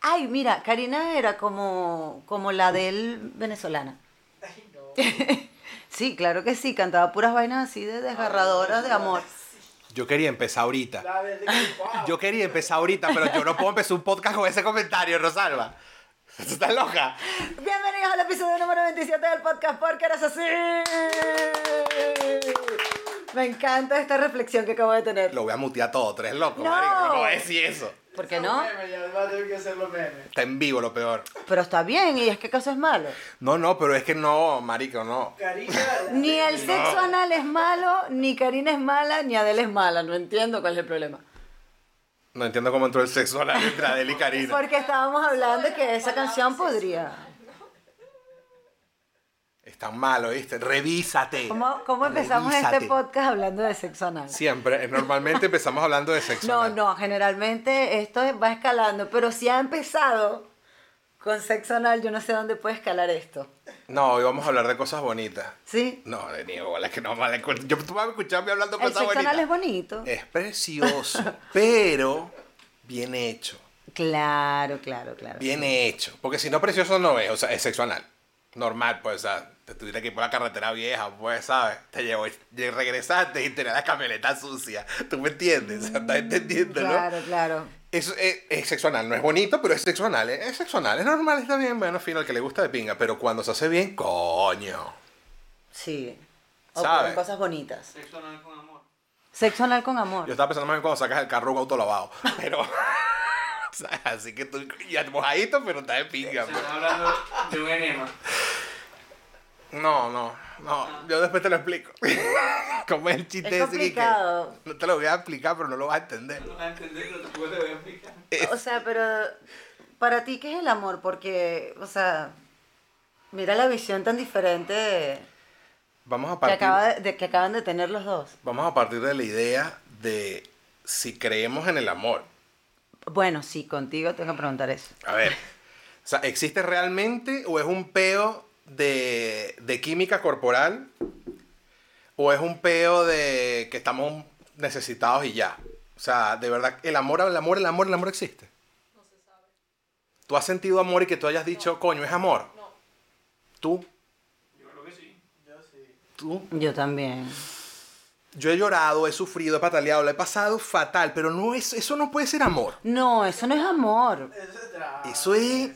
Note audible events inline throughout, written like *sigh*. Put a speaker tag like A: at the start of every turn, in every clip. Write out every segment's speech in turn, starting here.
A: Ay, mira, Karina era como, como la del venezolana.
B: Ay, no.
A: *laughs* Sí, claro que sí, cantaba puras vainas así de desgarradoras de amor.
C: Yo quería empezar ahorita.
B: La vez de que, wow.
C: Yo quería empezar ahorita, pero yo no puedo empezar un podcast con ese comentario, Rosalba. ¿Estás loca?
A: *laughs* Bienvenidos al episodio número 27 del podcast Porque eres así. Me encanta esta reflexión que acabo de tener.
C: Lo voy a mutear todo, tres locos,
A: No.
C: marico. No voy a decir eso.
A: ¿Por qué no?
B: Meme, ya va a tener que hacer los memes.
C: Está en vivo lo peor.
A: Pero está bien, ¿y es que acaso es malo?
C: No, no, pero es que no, marico, no.
D: *laughs*
B: Karina.
A: Ni el sexo anal es malo, ni Karina es mala, ni Adele es mala. No entiendo cuál es el problema.
C: No entiendo cómo entró el sexo a la letra de él y Karina.
A: Porque estábamos hablando que esa canción podría.
C: Es tan malo, ¿viste? Revísate.
A: ¿Cómo, cómo empezamos
C: Revísate.
A: este podcast hablando de sexo anal?
C: Siempre, eh, normalmente empezamos hablando de sexo.
A: No,
C: anal.
A: no, generalmente esto va escalando, pero si ha empezado con sexo anal, yo no sé dónde puede escalar esto.
C: No, hoy vamos a hablar de cosas bonitas.
A: ¿Sí?
C: No, de niego, es que no vale. Yo, tú vas a escucharme hablando
A: El
C: cosas
A: sexo
C: bonitas.
A: anal es bonito.
C: Es precioso, pero bien hecho.
A: Claro, claro, claro.
C: Bien hecho. Porque si no, precioso no es. O sea, es sexo anal. Normal, pues, o sea, te tuviste que ir por la carretera vieja, pues, ¿sabes? Te llevó, y regresaste y tenías la camioneta sucia. ¿Tú me entiendes? *laughs* O sea, ¿Estás entendiendo,
A: Claro,
C: no?
A: claro.
C: Es, es, es sexo anal. No es bonito, pero es sexo anal. Es, es sexo anal. Es normal, está bien. Bueno, fino, al que le gusta de pinga. Pero cuando se hace bien, coño.
A: Sí. O
C: ¿Sabe?
A: con cosas bonitas.
D: Sexo anal con amor.
A: Sexo anal con
C: Yo
A: amor.
C: estaba pensando más en cuando sacas el carro un auto lavado. *laughs* Pero. o sea, Así que tú. Ya mojadito, pero está de pinga.
D: Se
C: pues.
D: está hablando de un enema.
C: No, no, no. Yo después te lo explico. *laughs* Como es el chiste
A: Es
C: ese que-
A: complicado.
C: que. No te lo voy a explicar, pero no lo vas a entender.
D: No vas a entender, pero tampoco te voy a explicar.
A: O sea, pero para ti, ¿qué es el amor? Porque, o sea, mira la visión tan diferente
C: Vamos a
A: que,
C: partir.
A: acaba de- de- que acaban de tener los dos.
C: Vamos a partir de la idea de si creemos en el amor.
A: Bueno, sí, contigo tengo que preguntar eso.
C: A ver. O sea, ¿existe realmente o es un peo de, de química corporal? ¿O es un peo de que estamos necesitados y ya? O sea, de verdad, el amor, el amor, el amor, el amor existe. ¿Tú has sentido amor y que tú hayas dicho, coño, es amor? No. ¿Tú?
D: Yo creo que sí.
C: ¿Tú?
A: Yo también.
C: Yo he llorado, he sufrido, he pataleado, lo he pasado fatal, pero no es, eso no puede ser amor.
A: No, eso no es amor.
B: Eso es drama.
C: Eso es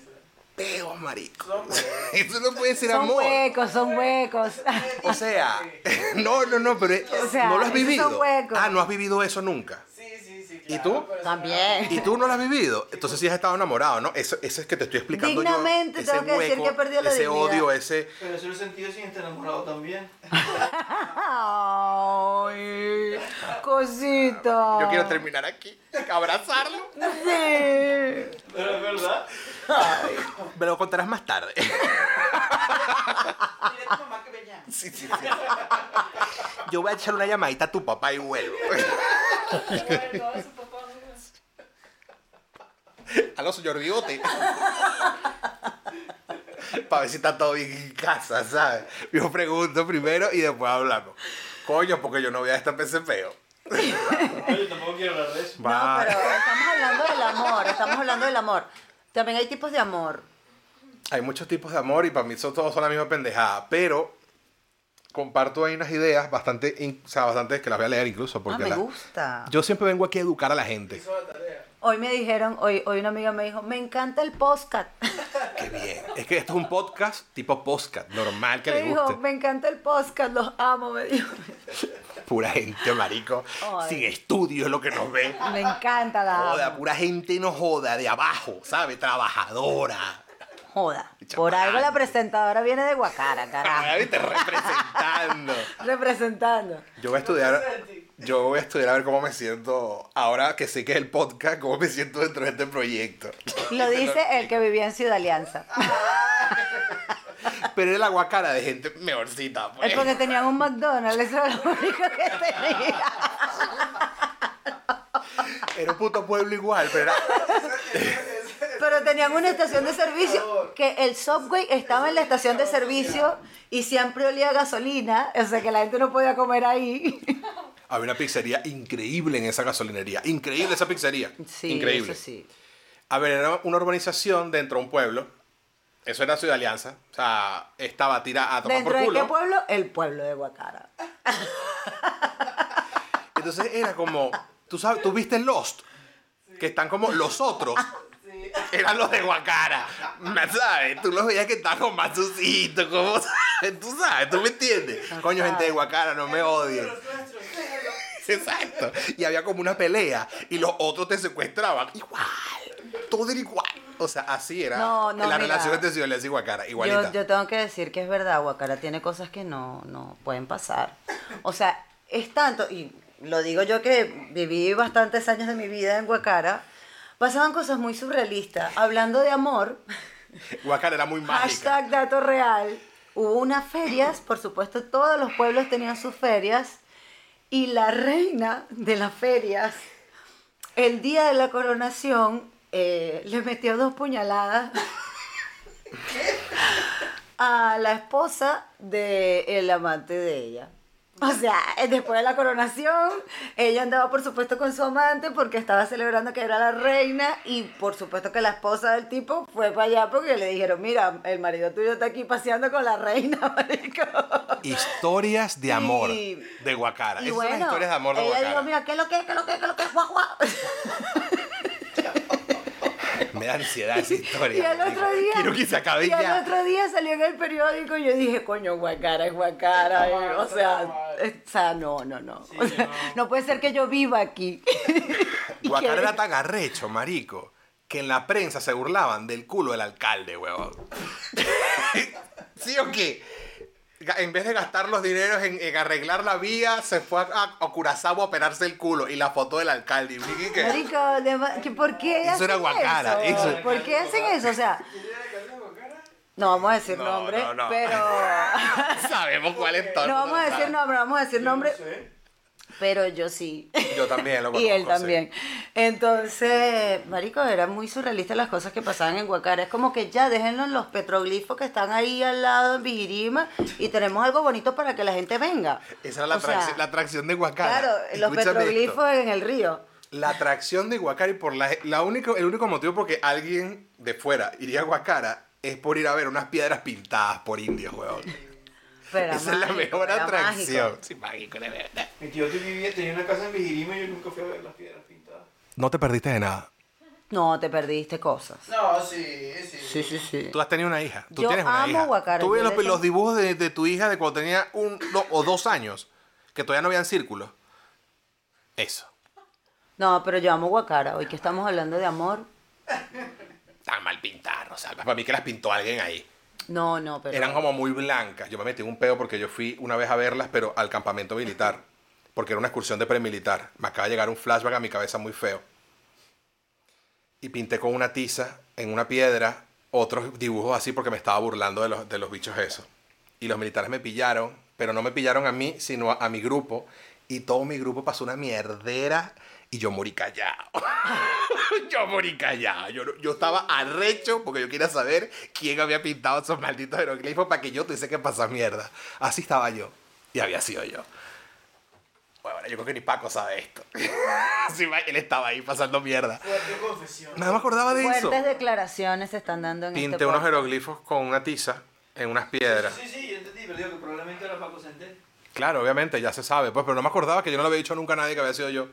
C: peo, marico.
B: Son buenos.
C: *laughs* Eso no puede ser
A: Son
C: amor.
A: huecos, son huecos. *laughs*
C: O sea, *laughs* no, no, no, pero es-
A: O sea,
C: no lo has
A: esos son
C: vivido.
A: huecos.
C: Ah, no has vivido eso nunca.
B: Sí, sí, sí.
C: ¿Y
B: claro,
C: tú?
B: pero eso
A: También.
C: Y tú no lo has vivido. Entonces sí has estado enamorado, ¿no? Eso, eso es que te estoy explicando
A: Dignamente
C: yo. ese
A: tengo que decir
C: hueco,
A: que he perdido la
C: Ese
A: dignidad.
C: odio, ese...
D: Pero eso lo he sentido sin estar enamorado
B: *laughs*
D: también.
A: Ay, cosita.
C: Yo quiero terminar aquí, *laughs* abrazarlo.
A: Sí.
D: Pero es verdad.
C: Me lo contarás más
B: *laughs*
C: tarde.
B: Dile a tu mamá que me llame.
C: Sí, sí, sí. Yo voy a echar una llamadita a tu papá y
B: *laughs*
C: vuelvo. Aló, señor Bigote. Para ver si está todo bien en casa, ¿sabes? Yo pregunto primero y después hablamos. Coño, porque yo no voy a esta PC feo.
D: Yo tampoco quiero hablar de eso.
A: No,
C: Va.
A: pero estamos hablando del amor, estamos hablando del amor. También hay tipos de amor.
C: Hay muchos tipos de amor y para mí son, todos son la misma pendejada, pero comparto ahí unas ideas bastante, in- o sea, bastante que las voy a leer incluso.
A: Ah,
C: Porque
A: me
C: la-
A: gusta.
C: Yo siempre vengo aquí a educar a la gente.
B: Eso es la tarea.
A: Hoy me dijeron, hoy, hoy una amiga me dijo, me encanta el podcast.
C: Qué bien. Es que esto es un podcast tipo podcast, normal que
A: *laughs* me
C: le
A: dijo,
C: guste.
A: me encanta el podcast, los amo, me dijo.
C: Pura gente, marico.
A: Ay.
C: Sin estudios lo que nos ven.
A: Me encanta la
C: Joda,
A: amo.
C: pura gente no joda, de abajo, ¿sabe? Trabajadora.
A: Joda.
C: Echa
A: Por
C: pa'lante.
A: algo la presentadora viene de Guacara,
C: *laughs*
A: carajo.
C: ¿Viste? Representando.
A: Representando.
C: Yo voy a estudiar. Yo voy a estudiar a ver cómo me siento ahora que sé que es el podcast, cómo me siento dentro de este proyecto.
A: Lo dice el que vivía en Ciudad Alianza.
C: Ah, Pero es la guacara de gente mejorcita. pues.
A: Es porque tenían un McDonald's, eso era lo único que tenía.
C: Era un puto pueblo igual, pero era-
A: Pero tenían una estación de servicio que el subway estaba en la estación de servicio y siempre olía a gasolina, o sea que la gente no podía comer ahí.
C: Había una pizzería increíble en esa gasolinería. Increíble esa pizzería. increíble. A ver, era una urbanización dentro de un pueblo. Eso era Ciudad Alianza. O sea, estaba tirada a tomar
A: ¿Dentro
C: por
A: de
C: culo.
A: qué pueblo? El pueblo de Guacara.
C: Entonces era como, tú sabes, tú viste Lost, que están como los otros. Eran los de Guacara, ¿me ¿sabes? Tú los veías que estaban con mazucito, como, ¿sabes? tú sabes, tú me entiendes. Coño, gente de Guacara, no me odien. Exacto. Y había como una pelea y los otros te secuestraban. Igual, todo era igual. O sea, así era
A: No, no,
C: la
A: mira.
C: relación entre Ciudad Alianza y Guacara, igualita.
A: Yo, yo tengo que decir que es verdad, Guacara tiene cosas que no, no pueden pasar. O sea, es tanto, y lo digo yo que viví bastantes años de mi vida en Guacara, pasaban cosas muy surrealistas. Hablando de amor,
C: Guacara era muy mágica.
A: hashtag dato real, hubo unas ferias, por supuesto todos los pueblos tenían sus ferias, y la reina de las ferias, el día de la coronación, eh, le metió dos puñaladas a la esposa del amante de ella. O sea, eh, después de la coronación, ella andaba por supuesto con su amante porque estaba celebrando que era la reina y por supuesto que la esposa del tipo fue para allá porque le dijeron, mira, el marido tuyo está aquí paseando con la reina, *laughs* marico.
C: Historias de amor
A: Y-
C: de Guacara.
A: Y
C: Esas son las
A: bueno,
C: historias de amor de
A: ella
C: Guacara.
A: dijo, mira, ¿qué es lo que es? ¿Qué es lo que es? ¿Qué es lo que es? Guau, guau".
C: *laughs* Me da ansiedad esa historia.
A: Y al
C: marico.
A: otro día...
C: Quiero que se acabe
A: y
C: ya.
A: al otro día salió en el periódico y yo dije, coño, Guacara es Guacara. eh, O sea, eh, o sea, no, no, no.
D: Sí,
A: O sea,
D: no.
A: no puede ser que yo viva aquí. *laughs* Y
C: Guacara
A: que-
C: era tan arrecho, marico, que en la prensa se burlaban del culo del alcalde, huevón. *laughs* ¿Sí o qué? Ga- En vez de gastar los dineros en, en arreglar la vía, se fue a, a Curazao a operarse el culo. Y la foto del alcalde. Y dije que-
A: Marico, de ma- que ¿por qué
C: Eso
A: hacen
C: era Guacara,
A: eso?
C: eso-
A: ¿Por qué hacen eso? O sea, no vamos a decir
C: No,
A: nombre,
C: no, no.
A: pero...
C: *laughs* Sabemos cuál es *laughs* todo.
A: *laughs*
C: el
A: No
C: mundo
A: vamos a
C: lo
A: decir
C: sabe.
A: nombre, vamos a decir nombre,
D: sé.
A: pero yo sí.
C: Yo también
A: *laughs*
C: lo
A: Y
C: conozco,
A: él
C: sí.
A: también. Entonces, marico, eran muy surrealistas las cosas que pasaban en Guacara. Es como que ya déjenlo en los petroglifos que están ahí al lado en Vigirima y tenemos algo bonito para que la gente venga.
C: Esa era la,
A: O sea,
C: atracción, la atracción de Guacara.
A: Claro, los
C: Escúchame esto.
A: petroglifos en el río.
C: La atracción de Guacara y por la, la único, el único motivo por que alguien de fuera iría a Guacara es por ir a ver unas piedras pintadas por indios, huevón.
A: Pero
C: Esa es la
A: mágico,
C: mejor
A: era
C: atracción.
A: mágico.
C: Sí, mágico, de verdad.
D: Mi tío te vivía, tenía una casa en Vigirima y yo nunca fui a ver las piedras pintadas.
C: No te perdiste de nada.
A: No, te perdiste cosas.
B: No, sí, sí.
A: Sí, sí, sí.
C: Tú has tenido una hija. Tú
A: Yo
C: tienes una
A: amo
C: hija.
A: Guacara,
C: Tú ves
A: yo
C: los,
A: le tengo-
C: los dibujos de, de tu hija de cuando tenía un do- o dos años, que todavía no habían círculos. Eso.
A: No, pero yo amo Guacara. Hoy que estamos hablando de amor.
C: Tan mal pintar, Rosalba. Para mí que las pintó alguien ahí.
A: No, no, pero.
C: Eran como muy blancas. Yo me metí en un pedo porque yo fui una vez a verlas, pero al campamento militar. Porque era una excursión de premilitar. Me acaba de llegar un flashback a mi cabeza muy feo. Y pinté con una tiza, en una piedra, otros dibujos así porque me estaba burlando de los, de los bichos esos. Y los militares me pillaron, pero no me pillaron a mí, sino a, a mi grupo. Y todo mi grupo pasó una mierdera y yo morí callado. *laughs* yo morí callado. Yo, no- yo estaba arrecho porque yo quería saber quién había pintado esos malditos jeroglifos para que yo tuviese que pasar mierda. Así estaba yo. Y había sido yo. Bueno, yo creo que ni Paco sabe esto. *laughs* Sí, ma- él estaba ahí pasando mierda.
B: Fuerte confesión.
C: Nada me acordaba de eso.
A: Fuertes declaraciones se están dando en este
C: Pinté unos
A: podcast.
C: jeroglifos con una tiza en unas piedras.
D: Sí, sí, yo entendí, pero digo que probablemente era Paco Centeno.
C: Claro, obviamente, ya se sabe, pues, pero no me acordaba que yo no le había dicho nunca a nadie que había sido yo.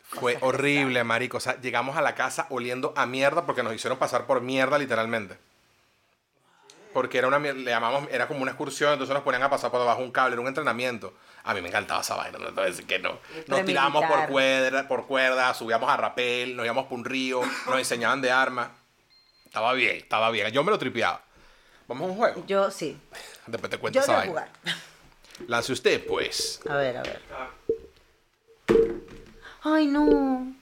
C: Fue horrible, marico. O sea, llegamos a la casa oliendo a mierda porque nos hicieron pasar por mierda, literalmente. Porque era una mier- le llamamos, era como una excursión, entonces nos ponían a pasar por debajo de un cable, era un entrenamiento. A mí me encantaba esa vaina, no te voy a decir que no. Nos
A: Premilitar.
C: tirábamos por cuerdas, por cuerdas, subíamos a rapel, nos íbamos por un río, nos enseñaban de armas. Estaba bien, estaba bien. Yo me lo tripeaba. Vamos a un juego.
A: Yo sí.
C: Después te cuento
A: Yo
C: esa
A: quiero
C: vaina.
A: jugar.
C: Lance usted, pues.
A: A ver, a ver. Ay, no.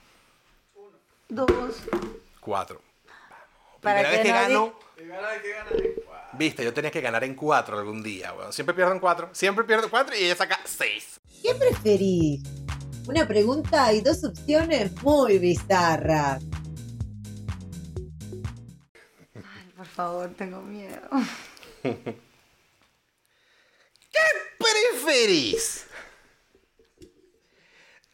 A: Dos.
C: Cuatro.
A: Para
C: Primera vez
A: que
C: que
A: no
C: gano,
B: Primera vez que ganas. Wow.
C: viste, yo tenía que ganar en cuatro algún día, weón. Siempre pierdo en cuatro. Siempre pierdo en cuatro y ella saca seis.
E: ¿Qué preferís? Una pregunta y dos opciones muy bizarras.
A: Ay, por favor, tengo miedo.
C: ¿Preferís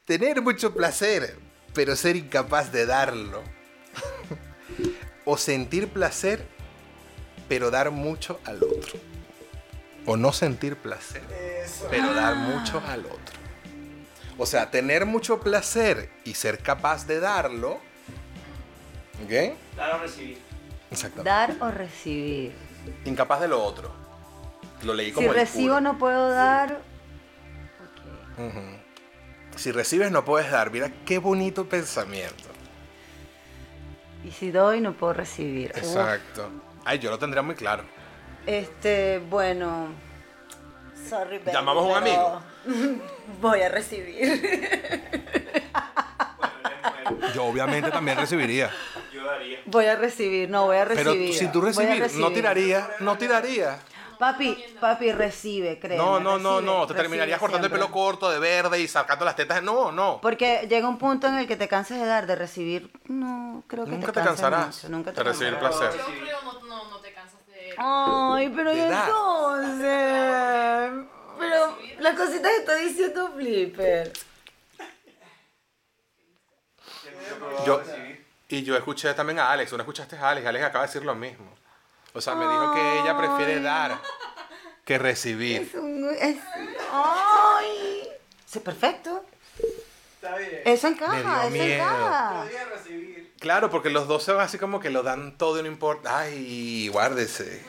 C: tener mucho placer, pero ser incapaz de darlo? o sentir placer, pero dar mucho al otro. O no sentir placer,
B: Eso.
C: pero
A: Ah.
C: dar mucho al otro. O sea, tener mucho placer y ser capaz de darlo. ¿Ok?
D: Dar o recibir.
C: Exactamente.
A: Dar o recibir.
C: Incapaz de lo otro. Lo leí como
A: Si
C: el
A: recibo
C: cura.
A: no puedo dar.
C: Ujú. Si recibes no puedes dar. Mira qué bonito pensamiento.
A: Y si doy no puedo recibir. Uf.
C: Exacto. Ay, yo lo tendría muy claro.
A: Este, bueno. Sorry, baby,
C: Llamamos a un
A: pero *laughs* Voy a recibir.
D: Bueno, eres bueno.
C: Yo
A: *laughs*
C: obviamente también recibiría.
D: Yo daría.
A: Voy a recibir, no, voy a recibir.
C: Pero si tú
A: Voy a
C: recibir, no
A: recibir.
C: tiraría, no tiraría.
A: Papi, papi, recibe, creo.
C: No, no, no, no. Te terminarías cortando el pelo corto de verde y sacando las tetas. No, no.
A: Porque llega un punto en el que te cansas de dar, de recibir. No, creo que
C: Nunca
A: te,
C: te
A: cansas
C: cansarás
A: mucho, Nunca te
C: de recibir
A: cansarás.
C: placer.
F: Yo creo no, no, no te cansas de...
A: Ah. Ay, pero
C: De
A: ¿y
C: dar.
A: entonces. Pero las cositas que está diciendo Flipper.
C: Yo, y yo escuché también a Alex. Tú no escuchaste a Alex. Alex acaba de decir lo mismo. O sea, me dijo que ella prefiere dar que recibir.
A: Es un- es- ¡Ay! Sí, perfecto.
B: Está bien.
A: Eso
C: Me
A: encaja,
C: dio
A: eso
C: miedo.
A: encaja.
B: Podía recibir.
C: Claro, porque los dos se van así como que lo dan todo y no importa. Ay, guárdese.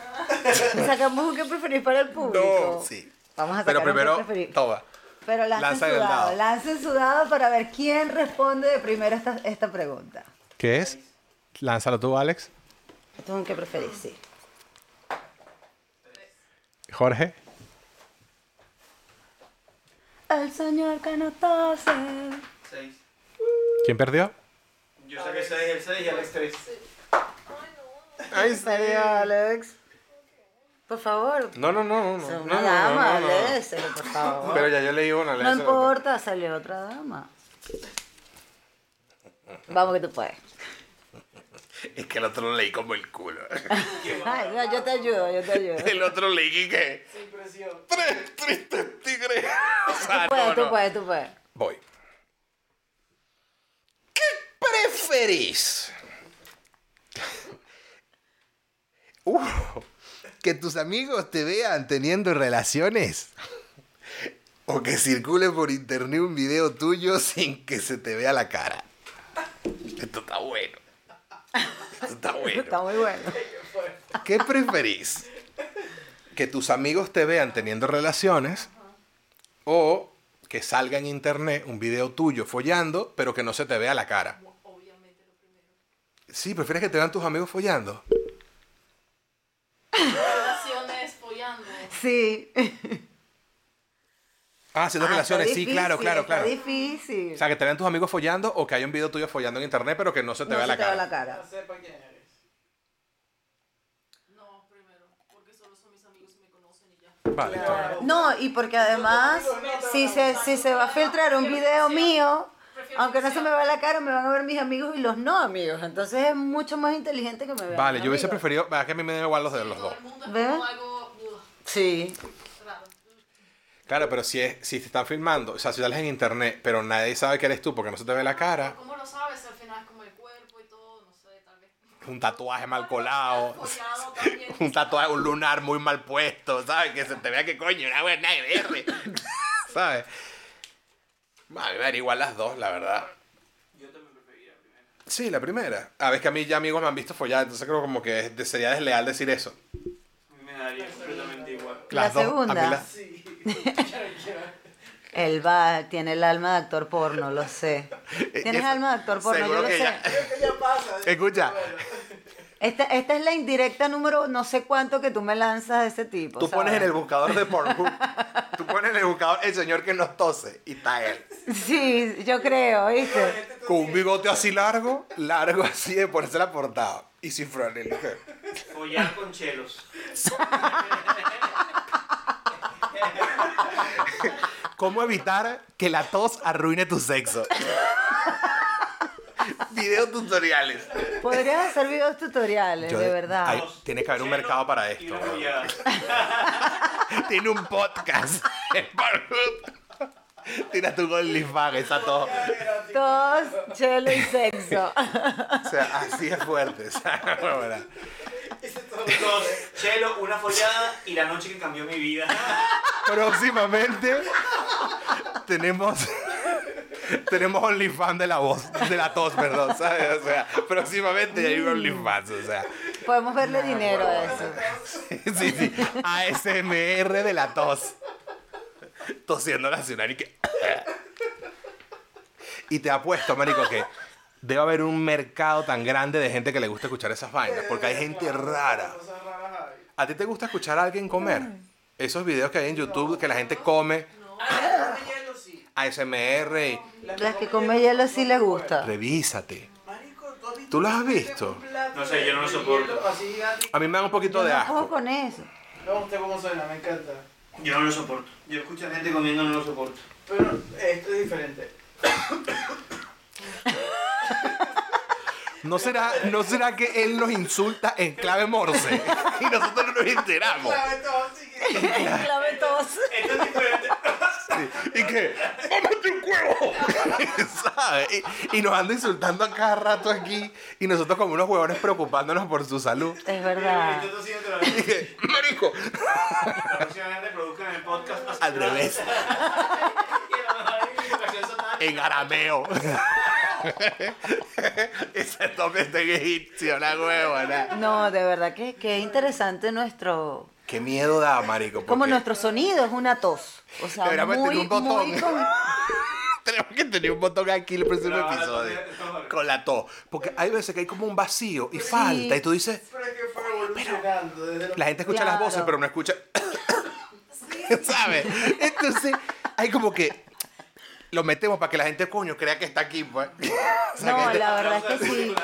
A: Sacamos un que preferís para el público.
C: No, sí.
A: Vamos a sacar
C: Pero
A: un que
C: primero,
A: preferís.
C: toma.
A: Pero lancen
C: lanza el
A: sudado,
C: dado.
A: lancen sudado para ver quién responde de primero esta, esta pregunta.
C: ¿Qué es? Lánzalo tú, Alex.
A: Esto es un que preferís, sí.
C: Jorge.
A: El señor que no tose.
D: 6.
C: ¿Quién perdió?
D: Yo saqué 6, el 6 y Alex 3.
C: Ay,
A: Salió Alex. Por favor.
C: No, no, no, no.
A: Es
C: No, no,
A: una
C: no,
A: dama,
C: no, no.
A: léeselo,
C: *laughs*
A: por favor.
C: Pero ya yo leí una. leí
A: No
C: esa.
A: importa, salió otra dama. Vamos que tú puedes.
C: Es que el otro lo leí como el culo.
A: Ay, no, yo te ayudo, yo te ayudo.
C: el otro leí que...
B: Sin presión.
C: Tres tristes tigres. O sea,
A: Tú puedes,
C: *laughs* no,
A: tú
C: no.
A: puedes, tú puedes.
C: Voy. ¿Qué preferís? *laughs* Uh, ¿Que tus amigos te vean teniendo relaciones? ¿O que circule por internet un video tuyo sin que se te vea la cara? Esto está bueno. Esto
A: *laughs*
C: está
A: Está
C: bueno.
A: muy bueno.
C: ¿Qué preferís? ¿Que tus amigos te vean teniendo relaciones? ¿O que salga en internet un video tuyo follando, pero que no se te vea la cara?
F: Obviamente lo primero.
C: Sí, prefieres que te vean tus amigos follando.
F: Relaciones follando.
A: Sí.
C: Ah, haciendo
A: Ah,
C: relaciones,
A: está
C: sí, claro,
A: difícil,
C: claro, claro.
A: Está difícil.
C: O sea, que te vean tus amigos follando o que haya un video tuyo follando en internet, pero que no se te
A: No
C: vea
A: se
C: la
A: te
C: cara.
A: ve la cara.
B: No sepa quién eres.
F: No, primero. Porque solo son mis amigos y me conocen y ya.
C: Vale, está bien.
A: No, y porque además, si se, si se va a filtrar un video mío, aunque no se me vea la cara, me van a ver mis amigos y los no amigos. Entonces es mucho más inteligente que me vean.
C: Vale,
A: mis
C: yo hubiese
A: amigos.
C: preferido. Va, que a mí me da igual los de los
F: Todo
C: dos.
F: el mundo es
A: ¿Ve?
F: como algo uh,
A: Sí.
F: raro.
C: Claro, pero si, es, si te están filmando, o sea, si sales en internet, pero nadie sabe que eres tú porque no se te ve la cara,
F: ¿Cómo lo sabes? Al final es como el cuerpo y todo, no sé, tal vez.
C: un tatuaje mal colado,
F: Follado también.
C: *laughs* un tatuaje, un lunar muy mal puesto, ¿sabes? Que se te vea que coño, una buena de verde, ¿sabes? Va, me dan igual las dos, la verdad.
D: Yo también preferiría la primera.
C: Sí, la primera. A ver, que a mí ya amigos me han visto follar, entonces creo como que es- sería desleal decir eso.
D: A mí me daría completamente igual.
A: La
C: dos, a mí
A: segunda.
C: las-
B: Sí. Quiero, quiero.
A: Él va, tiene el alma de actor porno, lo sé. Tienes
C: eh, Eso-
A: alma de actor porno,
C: seguro
A: yo lo
C: que
A: sé. *laughs*
C: ya-
B: ¿Qué ya
A: ¿eh?
B: pasa?
C: Escucha.
B: Bueno,
A: Esta, esta es la indirecta número no sé cuánto que tú me lanzas de ese tipo.
C: Tú pones en
A: ¿sabes?
C: el buscador de Pornhub, tú pones en el buscador el señor que nos tose y está él.
A: Sí, yo creo, ¿viste?
C: Con un bigote así largo, largo así de ponerse la portada. Y sin franela.
D: Follar con chelos.
C: ¿Cómo evitar que la tos arruine tu sexo? Video tutoriales.
A: Podrías hacer videos tutoriales,
C: Yo-
A: de verdad.
C: Ay, tiene que haber un
D: Chelos
C: mercado para esto,
D: Y una
C: ¿no?
B: *laughs*
D: follada.
C: Tiene un podcast. en Pornhub. Tira tu OnlyFans, está todo.
A: Todos, chelo y *laughs* sexo.
C: O sea, así es fuerte. o sea, huevona.
D: Dos, Chelo, una follada y la noche que cambió mi vida.
B: *laughs*
C: Próximamente tenemos tenemos OnlyFans de la voz, de la tos, perdón, ¿sabes? O sea, próximamente ya hay un OnlyFans, o sea,
A: Podemos verle dinero a eso.
C: *laughs* sí, sí, ASMR de la tos. Tosiendo nacional y que Y te apuesto, marico, que debe haber un mercado tan grande de gente que le gusta escuchar esas vainas, porque hay gente rara.
D: Cosas raras hay.
C: ¿A ti te gusta escuchar a alguien comer? Esos videos que hay en YouTube que la gente come
B: Ah, de hielo sí.
C: ASMR y
A: Las que come hielo sí le gusta.
C: revísate.
B: Marico, ¿tú has visto?
C: ¿Tú lo has
B: un
C: visto?
B: plato
D: No sé, yo no lo
B: de
D: soporto.
B: hielo Así gigante.
C: A mí me da un poquito
A: Yo
C: de
A: no puedo
C: asco.
A: con eso. *laughs*
B: No, usted cómo suena, me encanta.
D: Yo no lo soporto. Yo escucho a gente comiendo no lo soporto.
B: Pero esto es diferente.
C: ¿No será, ¿No será que él nos insulta en clave morse? *laughs* Y nosotros no nos enteramos.
B: Claro, todo así que-
A: Clave tos.
D: Esto es
B: *laughs*
D: diferente.
C: ¿Y qué? ¡Cómete un huevo! *laughs* ¿Sabes? Y, y nos anda insultando a cada rato aquí. Y nosotros como unos huevones preocupándonos por su salud.
A: Es
D: Mira,
A: verdad.
D: esto sí otra vez.
C: Y que, marico,
D: La próxima vez reproduzcan el podcast así.
C: al revés,
D: *laughs* Y a lo mejor hay una educación satánica.
C: en arameo. *laughs* Ese toque está en este egipcio, la huevona.
A: No, de verdad que, que interesante nuestro...
C: Qué miedo da, marico.
A: Como
C: porque
A: nuestro sonido es una tos. O sea,
C: Deberíamos tener
A: muy,
C: un botón.
A: muy
C: *laughs*
A: con-
C: Tenemos que tener un botón aquí en el próximo
D: No,
C: episodio.
D: no, no.
C: Con la tos. Porque hay veces que hay como un vacío y falta. Y tú dices,
B: Pero es que fue evolucionando desde los-
C: la gente escucha las
A: Claro.
C: voces, pero no escucha. *coughs* ¿Sabes? Entonces, hay como que. Lo metemos para que la gente, coño, crea que está aquí, pues. O sea, que
A: No,
C: este-
A: la verdad es que sí.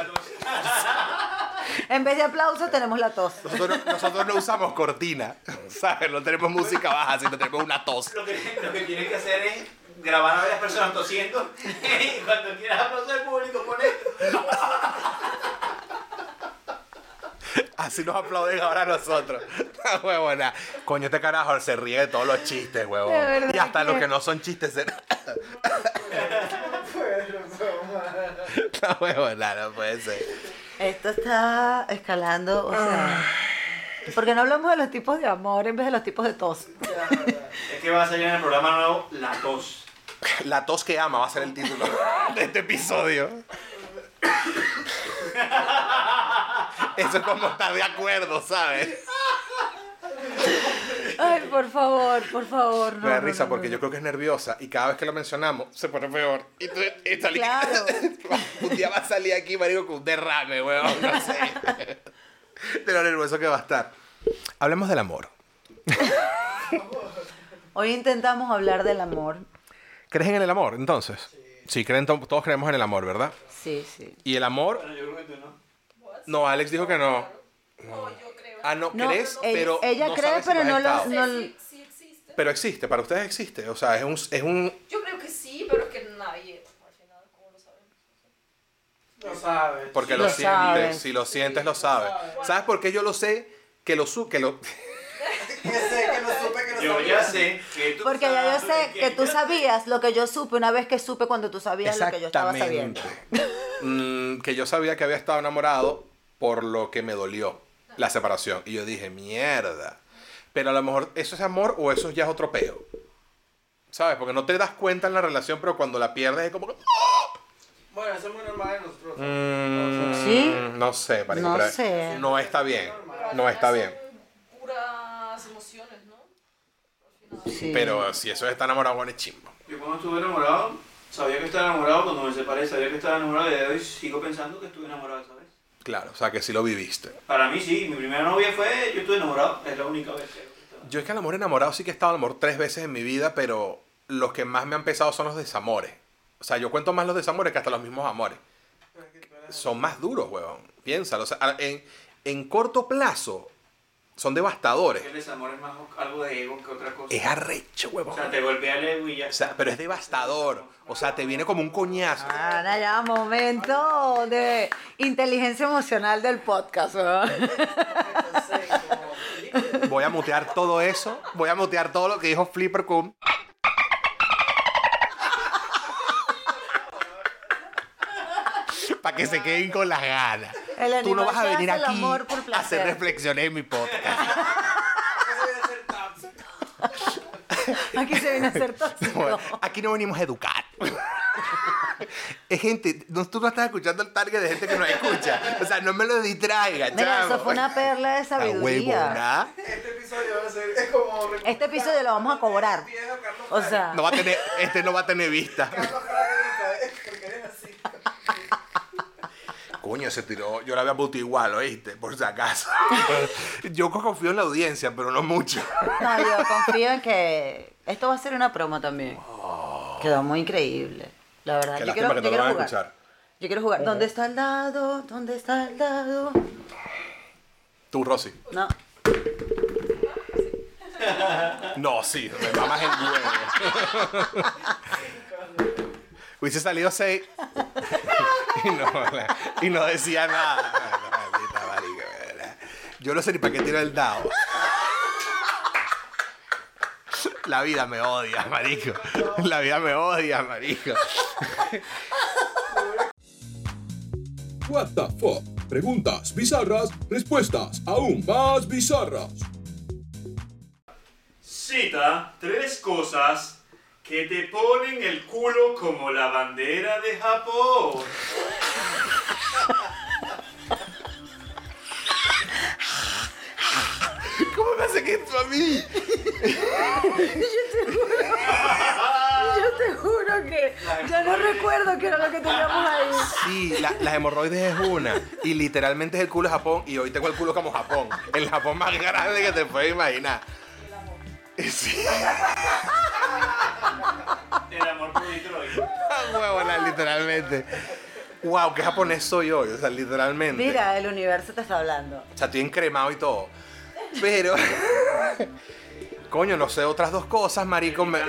A: En vez de aplausos tenemos la tos.
C: nosotros, no- nosotros no usamos cortina, ¿sabes? No tenemos música baja, sino tenemos una tos.
D: Lo que, lo que tienes que hacer es grabar a varias personas tosiendo *laughs* y cuando quieras aplauso al público pon esto.
C: Así nos aplauden ahora a nosotros. *laughs* La huevona. Coño, este carajo se ríe de todos los chistes, huevón.
A: De verdad
C: Y hasta
A: que-
C: los que no son chistes se... *laughs* La huevona, no puede ser.
A: Esto está escalando, o
C: Ah.
A: sea... Porque no hablamos de los tipos de amor en vez de los tipos de tos.
D: Es que va a salir en el programa nuevo La Tos.
C: La tos que ama va a ser el título de este episodio. Eso es como estar de acuerdo, ¿sabes?
A: Ay, por favor, por favor. No,
C: Me da
A: no,
C: risa
A: no,
C: porque
A: no.
C: yo creo que es nerviosa y cada vez que lo mencionamos se pone peor. Y, tú- y salí-
A: Claro.
C: *laughs* un día va a salir aquí, marico, con un derrame, weón. No sé. De lo nervioso que va a estar. Hablemos del amor.
A: Hoy intentamos hablar del amor.
C: ¿Crees en el amor, entonces? Sí, creen, to- todos creemos en el amor, ¿verdad?
A: Sí, sí.
C: Y el amor...
D: Bueno, yo creo que tú no.
C: No, Alex dijo que no.
F: No, yo creo.
C: Ah, no,
A: No,
C: crees,
A: ella-
C: pero...
A: ella
C: no
A: cree,
C: sabes si
A: pero
C: has
A: no lo-
C: estado.
F: Sí,
A: no-
F: sí, sí existe.
C: Pero existe, para ustedes existe. O sea, es un. Es un
F: Yo creo que sí, pero es que nadie, al final, ¿cómo lo sabemos?
B: Lo sabes.
C: porque
A: Sí
C: lo,
A: lo
C: sientes.
A: sabes.
C: Si lo sientes, lo sabes. ¿Sabes por qué yo lo sé? Que lo su. Que lo.
B: Que sé, que no supe, que no
D: Yo
B: sabía.
D: ya sé que tú
A: Porque ya yo
D: sabes
A: sé que tú sabías lo que yo supe una vez que supe cuando tú sabías lo que yo estaba sabiendo.
C: Mm, que yo sabía que había estado enamorado por lo que me dolió la separación. Y yo dije, mierda. Pero a lo mejor eso es amor o eso ya es otro peo. ¿Sabes? Porque no te das cuenta en la relación, pero cuando la pierdes es como que.
B: Bueno, eso es muy normal en nosotros.
C: Mm,
A: ¿Sí?
C: No sé, parece.
A: No
C: pero
A: sé.
C: No está bien.
F: Pero al
C: No
F: final
C: está bien.
F: son Puras emociones, ¿no? Al final.
A: Sí.
C: Pero si eso está enamorado, bueno, es chimbo.
D: Yo cuando estuve enamorado, sabía que estaba enamorado, cuando me separé sabía que estaba enamorado y de hoy sigo pensando que estuve enamorado esa vez.
C: Claro, o sea que sí lo viviste.
D: Para mí sí, mi primera novia fue, yo estuve enamorado, es la única vez que estaba.
C: Yo es que al amor enamorado sí que he estado al amor tres veces en mi vida, pero los que más me han pesado son los desamores. O sea, yo cuento más los desamores que hasta los mismos amores. Son más duros, huevón. Piénsalo. O sea, a- en, en corto plazo son devastadores.
D: El desamor es más algo de ego que otra cosa.
C: Es arrecho,
D: O
C: huevón.
D: sea, te golpea el ego y ya.
C: O sea, pero es devastador. O sea, te viene como un coñazo.
A: Ahora ya momento de inteligencia emocional del podcast, ¿verdad?
C: Voy a mutear todo eso. Voy a mutear todo lo que dijo Flipper Kun.
G: para que se queden con las ganas.
A: El
G: Tú no
A: animal
G: vas a
A: que
G: venir
A: hace el
G: aquí
A: amor por
G: a
A: placer.
G: hacer reflexiones en mi
A: *laughs*
G: podcast.
B: Eso debe ser tabs.
A: Aquí se viene a ser
G: *laughs* Bueno,
A: tóxico.
G: Aquí no venimos a educar. Es gente, no, tú no estás escuchando el target de gente que no escucha. O sea, no me lo distraigas,
A: Mira, eso
G: chamo. pues.
A: fue una perla de
G: La
A: sabiduría.
G: huevona.
B: Este episodio va a ser es como.
A: Este episodio lo vamos a cobrar.
B: Viejo Carlos
A: O
B: Frade.
A: sea,
G: No va a tener, este no va a tener vista.
B: Carlos Frade, ¿eh? Porque eres así.
C: Coño, se tiró. Yo la había puesto igual, ¿oíste? Por si acaso. *laughs* Yo co- confío en la audiencia, pero no mucho.
A: no, yo confío en que esto va a ser una promo también.
G: Oh.
A: Quedó muy increíble. La verdad,
C: Qué
A: yo
C: lástima
A: quiero,
C: que
A: yo
C: no lo
A: quiero
C: van a
A: jugar.
C: escuchar.
A: Yo quiero jugar. ¿Dónde está el dado? ¿Dónde está el dado?
C: Tú, Rosy.
A: No.
C: No, sí, me mamas el huevo. Hubiese salido seis. y, no, la- y no decía nada. Maldita marica, ¿verdad? Yo no sé ni para qué tira el dado. La vida me odia, marico. La vida me odia, marico.
H: What the fuck? Preguntas bizarras, respuestas aún más bizarras.
I: Cita tres cosas que te ponen el culo como la bandera de Japón.
C: ¿Cómo me hace que esto a mí?
A: Yo te juro que yo no recuerdo qué era lo que teníamos ahí.
C: Sí, la- las hemorroides es una. Y literalmente es el culo de Japón. Y hoy tengo el culo como Japón. El Japón más grande que te puedes imaginar. Sí, *laughs*
D: El amor por Detroit.
C: huevona, literalmente. Wow, qué japonés soy hoy. O sea, literalmente.
A: Mira, el universo te está hablando.
C: O sea, estoy encremado y todo. Pero. *laughs* Coño, no sé otras dos cosas, marico. me-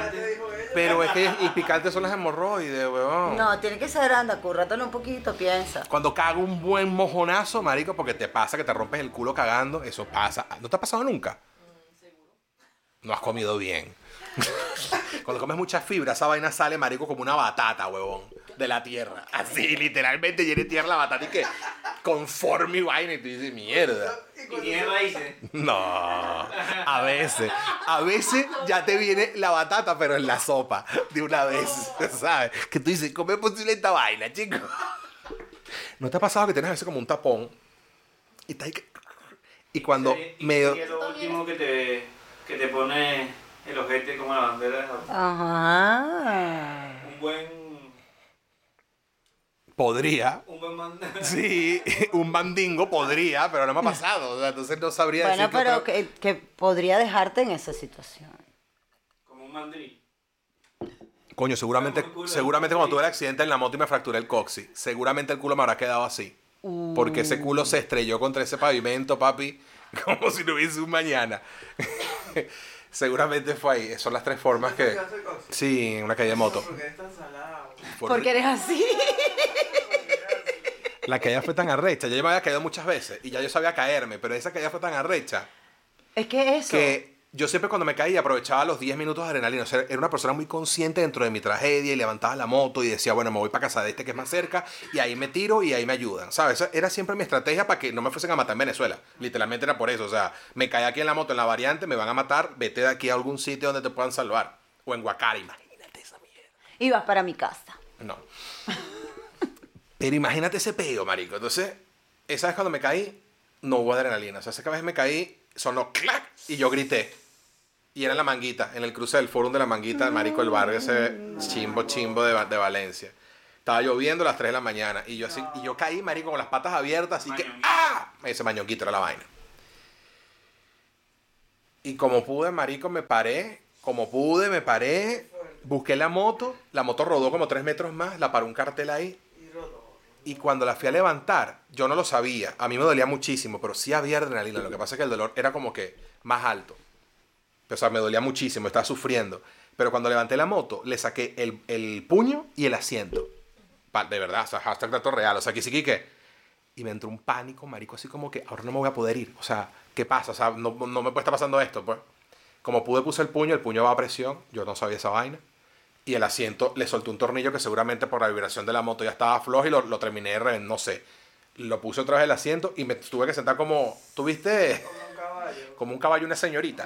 C: Pero es que el picante son las hemorroides, weón.
A: No, tiene que ser anda, currátelo un poquito, piensa.
C: Cuando cago un buen mojonazo, marico, porque te pasa que te rompes el culo cagando, eso pasa. ¿No te ha pasado nunca? No has comido bien. *laughs* Cuando comes mucha fibra, esa vaina sale, marico, como una batata, huevón, de la tierra. Así, literalmente llena de tierra la batata y que conforme y vaina y tú dices, mierda.
D: Y tiene raíces.
C: No, a veces. A veces ya te viene la batata, pero en la sopa, de una vez, *laughs* ¿sabes? Que tú dices, ¿cómo es posible esta vaina, chico? ¿No te ha pasado que tienes a veces como un tapón? Y, estás ahí que- y cuando
D: Y
C: medio...
D: sería lo último que te, que te pone el ojete como la bandera de Japón.
A: Ajá.
D: Un buen.
C: Podría.
D: Un buen man.
C: Sí, *laughs* un bandingo podría, pero no me ha pasado. o sea, entonces no sabría
A: Bueno,
C: decirte
A: pero
C: otra-
A: que, que podría dejarte en esa situación.
D: Como un mandril.
C: Coño, seguramente,
D: Como el culo.
C: seguramente cuando tuve el accidente en la moto y me fracturé el coxis, seguramente el culo me habrá quedado así.
A: Uh.
C: Porque ese culo se estrelló contra ese pavimento, papi, *laughs* como si no hubiese un mañana. *laughs* seguramente fue ahí. Son las tres formas que... Sí, en una calle de moto.
B: Porque eres tan salado.
C: Por-
A: Porque eres así.
C: La caída fue tan arrecha. Ya yo me había caído muchas veces y ya yo sabía caerme, pero esa caída fue tan arrecha
A: Es que eso.
C: que yo siempre cuando me caía aprovechaba los 10 minutos de adrenalina. O sea, era una persona muy consciente dentro de mi tragedia y levantaba la moto y decía, bueno, me voy para casa de este que es más cerca y ahí me tiro y ahí me ayudan. ¿Sabes? Esa era siempre mi estrategia para que no me fuesen a matar en Venezuela. Literalmente era por eso. O sea, me caí aquí en la moto, en la variante, me van a matar, vete de aquí a algún sitio donde te puedan salvar. O en Guacarima.
A: Ibas para mi casa.
C: No. Pero imagínate ese peo, marico. Entonces, esa vez cuando me caí, no hubo adrenalina. O sea, esa vez me caí, sonó clac y yo grité. Y era en la manguita, en el cruce del fórum de la manguita, marico, el barrio ese chimbo, chimbo de, Va- de Valencia. Estaba lloviendo a las 3 de la mañana y yo así, y yo caí, marico, con las patas abiertas, así que
D: Mañonguito.
C: ¡ah! Ese mañonquito era la vaina. Y como pude, marico, me paré. Como pude, me paré. Busqué la moto. La moto rodó como tres metros más. La paró un cartel ahí. Y cuando la fui a levantar, yo no lo sabía. A mí me dolía muchísimo, pero sí había adrenalina. Lo que pasa es que el dolor era como que más alto. O sea, me dolía muchísimo, estaba sufriendo. Pero cuando levanté la moto, le saqué el, el puño y el asiento. Pa- de verdad, o sea, hashtag dato real. O sea, que sí que... Y me entró un pánico, marico, así como que ahora no me voy a poder ir. O sea, ¿qué pasa? O sea, no, no me puede estar pasando esto, pues. Como pude, puse el puño, el puño va a presión. Yo no sabía esa vaina. y el asiento le soltó un tornillo que seguramente por la vibración de la moto ya estaba flojo y lo, lo terminé de reventar, no sé. Lo puse otra vez el asiento y me tuve que sentar como, ¿tuviste?
B: Como un caballo.
C: *laughs* Como un caballo y una señorita.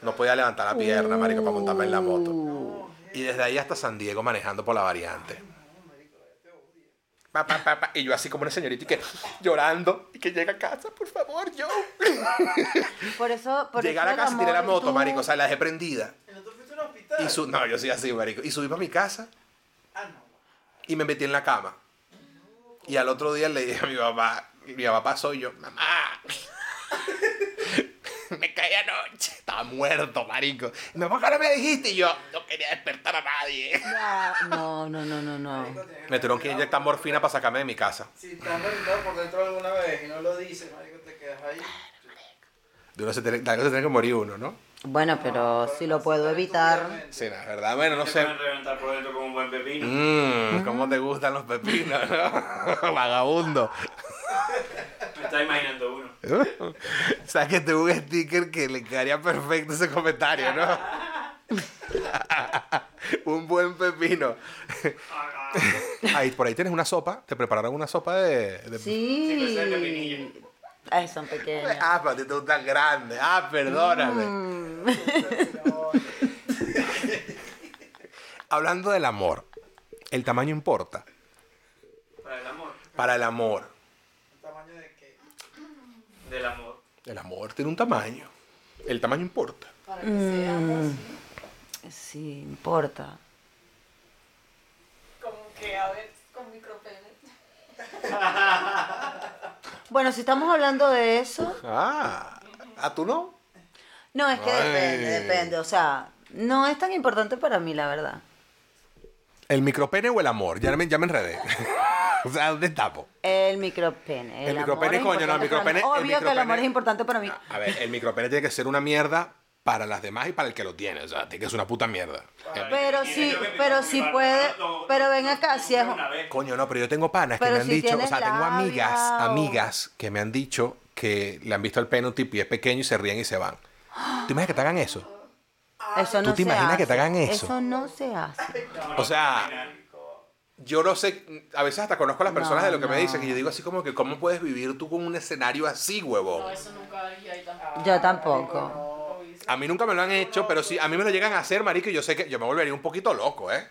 C: No podía levantar la pierna, marico, para montarme en la moto. Y desde ahí hasta San Diego manejando por la variante. Pa, pa, pa, pa. Y yo así como una señorita y que llorando y que llega a casa, por favor, yo.
A: Por eso, por
C: Llegar
A: eso
C: a
A: el
C: casa y tiré la
A: amor,
C: moto,
A: tú-
C: marico, o sea, la dejé prendida.
B: ¿Y no te fuiste a un hospital?
C: Y su no, yo soy así, marico. Y subí para mi casa
B: Ah, no.
C: y me metí en la cama. Y al otro día le dije a mi papá, mi papá soy yo, mamá. *laughs* me caí anoche, estaba muerto, marico. Y mi papá, ¿qué no me dijiste? Y yo, no quería despertar a nadie.
A: Ya, No, no, no, no, no.
C: Me tuvieron que inyectar morfina para sacarme de mi casa.
B: Si estás reventado por dentro alguna vez y no lo dices, marico, te quedas ahí.
C: De uno se tiene, de algo se tiene que morir uno, ¿no?
A: Bueno, pero si lo puedo evitar.
B: Estúpidamente.
C: Sí, la verdad, bueno, no
I: Te
C: sé.
I: pueden reventar por dentro como un buen pepino.
C: Mmm, ¿cómo te gustan los pepinos, *laughs* no? Vagabundo.
I: Me está imaginando uno.
C: *laughs* Sáquete un sticker que le quedaría perfecto ese comentario, ¿no? *laughs* un buen pepino. Ahí, por ahí tienes una sopa. Te prepararon una sopa de. de-
A: Sí.
I: pero esa pues, es de pinilla.
A: Ay, son pequeños.
C: Ah, para ti te gustan grandes. Ah, perdóname. Mm. *laughs* Hablando del amor, el tamaño importa.
I: Para el amor.
C: Para el amor,
B: ¿Tamaño de qué?
I: Del amor.
C: el amor tiene un tamaño. El tamaño importa.
F: Para que sea así.
A: Sí, importa.
F: Como que, a ver, con micropene.
A: *laughs* Bueno, si estamos hablando de eso.
C: Ah, ¿a tú no?
A: No, es que
C: Ay.
A: depende, depende. O sea, no es tan importante para mí, la verdad.
C: ¿El micropene o el amor? Ya me, ya me enredé. *laughs* o sea, ¿dónde tapo?
A: El micropene. El,
C: El micropene,
A: amor es
C: coño, no, el
A: importante para mí.
C: micropene- el
A: Obvio que el
C: micropene-
A: amor es importante para mí.
C: A ver, el micropene tiene que ser una mierda para las demás y para el que lo tiene. O sea, tiene que ser una puta mierda.
A: Pero
I: Tiene
A: sí,
I: que ver
A: pero
I: con
A: sí
I: mi
A: puede.
I: barba, no,
A: Pero
I: no,
A: ven
I: no,
A: acá,
I: no,
A: si es.
I: una vez.
C: Eh, Coño, no, pero yo tengo panas que
A: Pero
C: me han
A: si
C: dicho, o
A: tienes
C: sea, tengo
A: labia
C: amigas,
A: o-
C: amigas que me han dicho que le han visto el pene a un tipo y es pequeño y se ríen y se van. ¿Tú imaginas que te hagan eso?
A: Eso
C: ¿Tú
A: no
C: te
A: se
C: imaginas que
A: hace.
C: te hagan eso?
A: Eso no se hace.
C: O sea, yo no sé, a veces hasta conozco a las personas
A: No,
C: de lo que me
A: no.
C: dicen y yo digo así como que, ¿cómo puedes vivir tú con un escenario así, huevón?
F: No, eso nunca haría ahí tampoco.
A: Yo tampoco.
C: A mí nunca me lo han hecho, pero si a mí me lo llegan a hacer, marico, yo sé que yo me volvería un poquito loco, ¿eh?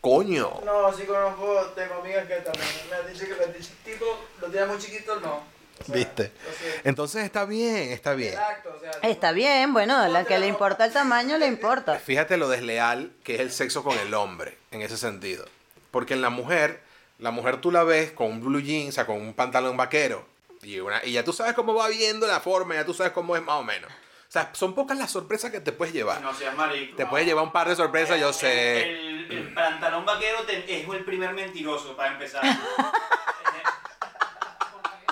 C: Coño.
B: No, sí conozco, tengo amigas que también me han dicho que los dicho tipo lo tiene muy chiquito, no. O sea,
C: ¿Viste?
B: lo siento.
C: Entonces está bien, está bien.
B: Exacto, o sea.
A: Está bien, bueno, a la que le importa el tamaño le importa.
C: Fíjate lo desleal que es el sexo con el hombre, en ese sentido. Porque en la mujer, la mujer tú la ves con un blue jeans, o sea, con un pantalón vaquero. Y, una, y ya tú sabes cómo va viendo la forma, ya tú sabes cómo es más o menos. O sea, son pocas las sorpresas que te puedes llevar.
I: No seas marico.
C: Te puedes llevar un par de sorpresas, yo
I: El-
C: sé.
I: El, el pantalón vaquero te- es el primer mentiroso para empezar.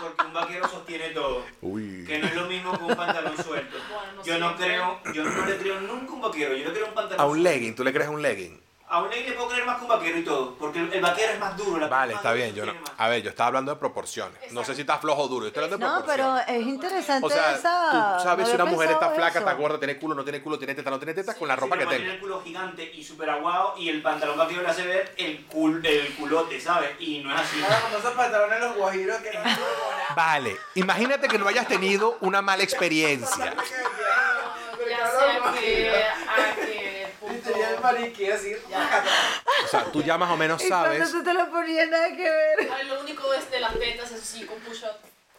I: Porque un vaquero sostiene todo. Que no es lo mismo que un pantalón suelto.
F: Bueno, no
I: yo no
F: siempre.
I: creo, yo no le creo nunca un vaquero, yo le creo un pantalón
C: A un
I: suelto.
C: legging, ¿tú le crees un legging?
I: A un ley le puedo creer más que un vaquero y todo. Porque el, el vaquero es más duro. La
C: Vale,
I: piel
C: está
I: más
C: bien. Yo
I: dura
C: no,
I: tiene más.
C: a ver, yo estaba hablando de proporciones. No sé si está flojo o duro. Yo estoy hablando de
A: No, pero
C: proporciones.
A: es interesante
C: o sea,
A: esa.
C: tú
A: no
C: sabes si una
A: había
C: mujer está
A: pensado
C: flaca, está
A: eso.
C: gorda, tiene culo, no tiene culo, tiene teta, no tiene teta, con la
I: Sí,
C: ropa que
I: pero
C: tenga.
I: tiene el culo gigante y súper aguado y el pantalón vaquero le hace ver el, cul- el culote, ¿sabes? Y no es
B: *laughs*
I: así.
B: Ahora con esos pantalones los guajiros que
A: *laughs*
B: no Pero
C: Vale, imagínate que no hayas tenido una mala experiencia.
B: que
F: Ya
B: ahora
F: sé
B: los
F: a qué,
B: guajiros.
F: a qué punto.
B: Viste, ya el mariquí así.
C: O sea, tú ya más o menos
A: Y cuando
C: sabes.
A: tú te lo ponías nada que ver.
F: Ay, lo único es de las tetas, eso sí, con push-up.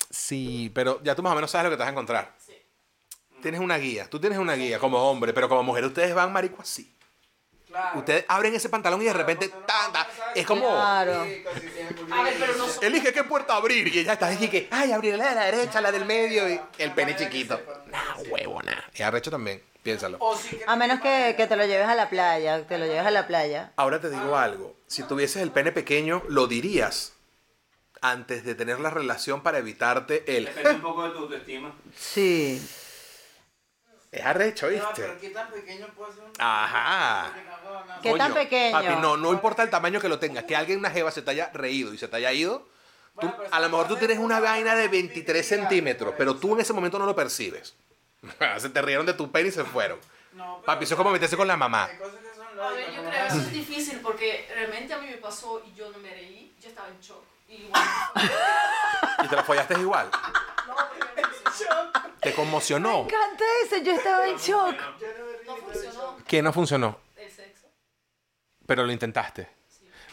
C: Sí, pero ya tú más o menos sabes lo que te vas a encontrar.
F: Sí.
C: Tienes una guía, tú tienes una guía como hombre, pero como mujer ustedes van marico así.
B: Claro.
C: Ustedes abren ese pantalón y de repente tanta, es como
A: Claro.
B: Sí, casi tiene pulmón.
F: A ver, pero no son.
C: elige qué puerta abrir y ella está así que, ay, abrirla de la derecha, la del medio y el pene
B: manera que
C: chiquito.
B: sepa.
C: Nah, huevona. Es arrecho también, piénsalo.
B: O sí que
A: A menos que, que te lo lleves a la playa, te lo lleves a la playa.
C: Ahora te digo algo. Si tuvieses el pene pequeño, lo dirías antes de tener la relación para evitarte el.
I: Depende un poco de tu autoestima.
A: Sí.
C: Es arrecho,
B: No, pero
C: ¿viste?
B: qué tan pequeño puede ser un.
C: Ajá.
A: ¿Qué tan pequeño?
C: Papi, no, no importa el tamaño que lo tengas. Que alguien, una jeva, se te haya reído y se te haya ido. tú-
B: Bueno, pero
C: a lo
B: si
C: mejor tú
B: pones
C: tienes una
B: una
C: vaina de 23
B: pipiría,
C: centímetros,
B: pues,
C: pero tú en ese momento no lo percibes. *laughs* se te rieron de tu pene y se fueron.
B: No, pero-
C: Papi, eso es como meterse con la mamá.
B: Hay cosas que son no,
F: A
B: y
F: ver, yo
B: como
F: creo
B: nada.
F: eso es difícil porque realmente a mí me pasó y yo no me reí, yo estaba en shock. Y bueno, *laughs*
C: Y te la follaste igual.
F: no, porque no funcionó.
C: Te
A: Me
C: conmocionó.
A: encanta eso, yo estaba en shock.
B: Yo no me río,
F: No
B: pero yo-
F: funcionó
C: Que no funcionó,
F: el sexo.
C: pero lo intentaste.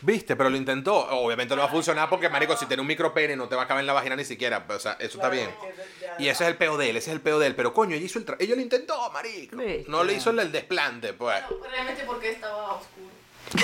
C: ¿Viste? Pero lo intentó. Obviamente no va a funcionar porque, marico, si tiene un micropene no te va a caber en la vagina ni siquiera. Pues, o sea, eso está bien.
B: *laughs*
C: Y ese es el peo de él, ese es el peo de él. Pero coño, ella hizo el tra- Ella lo intentó, marico.
A: Viste.
C: No le hizo el, el desplante, pues.
F: No, realmente porque estaba oscuro.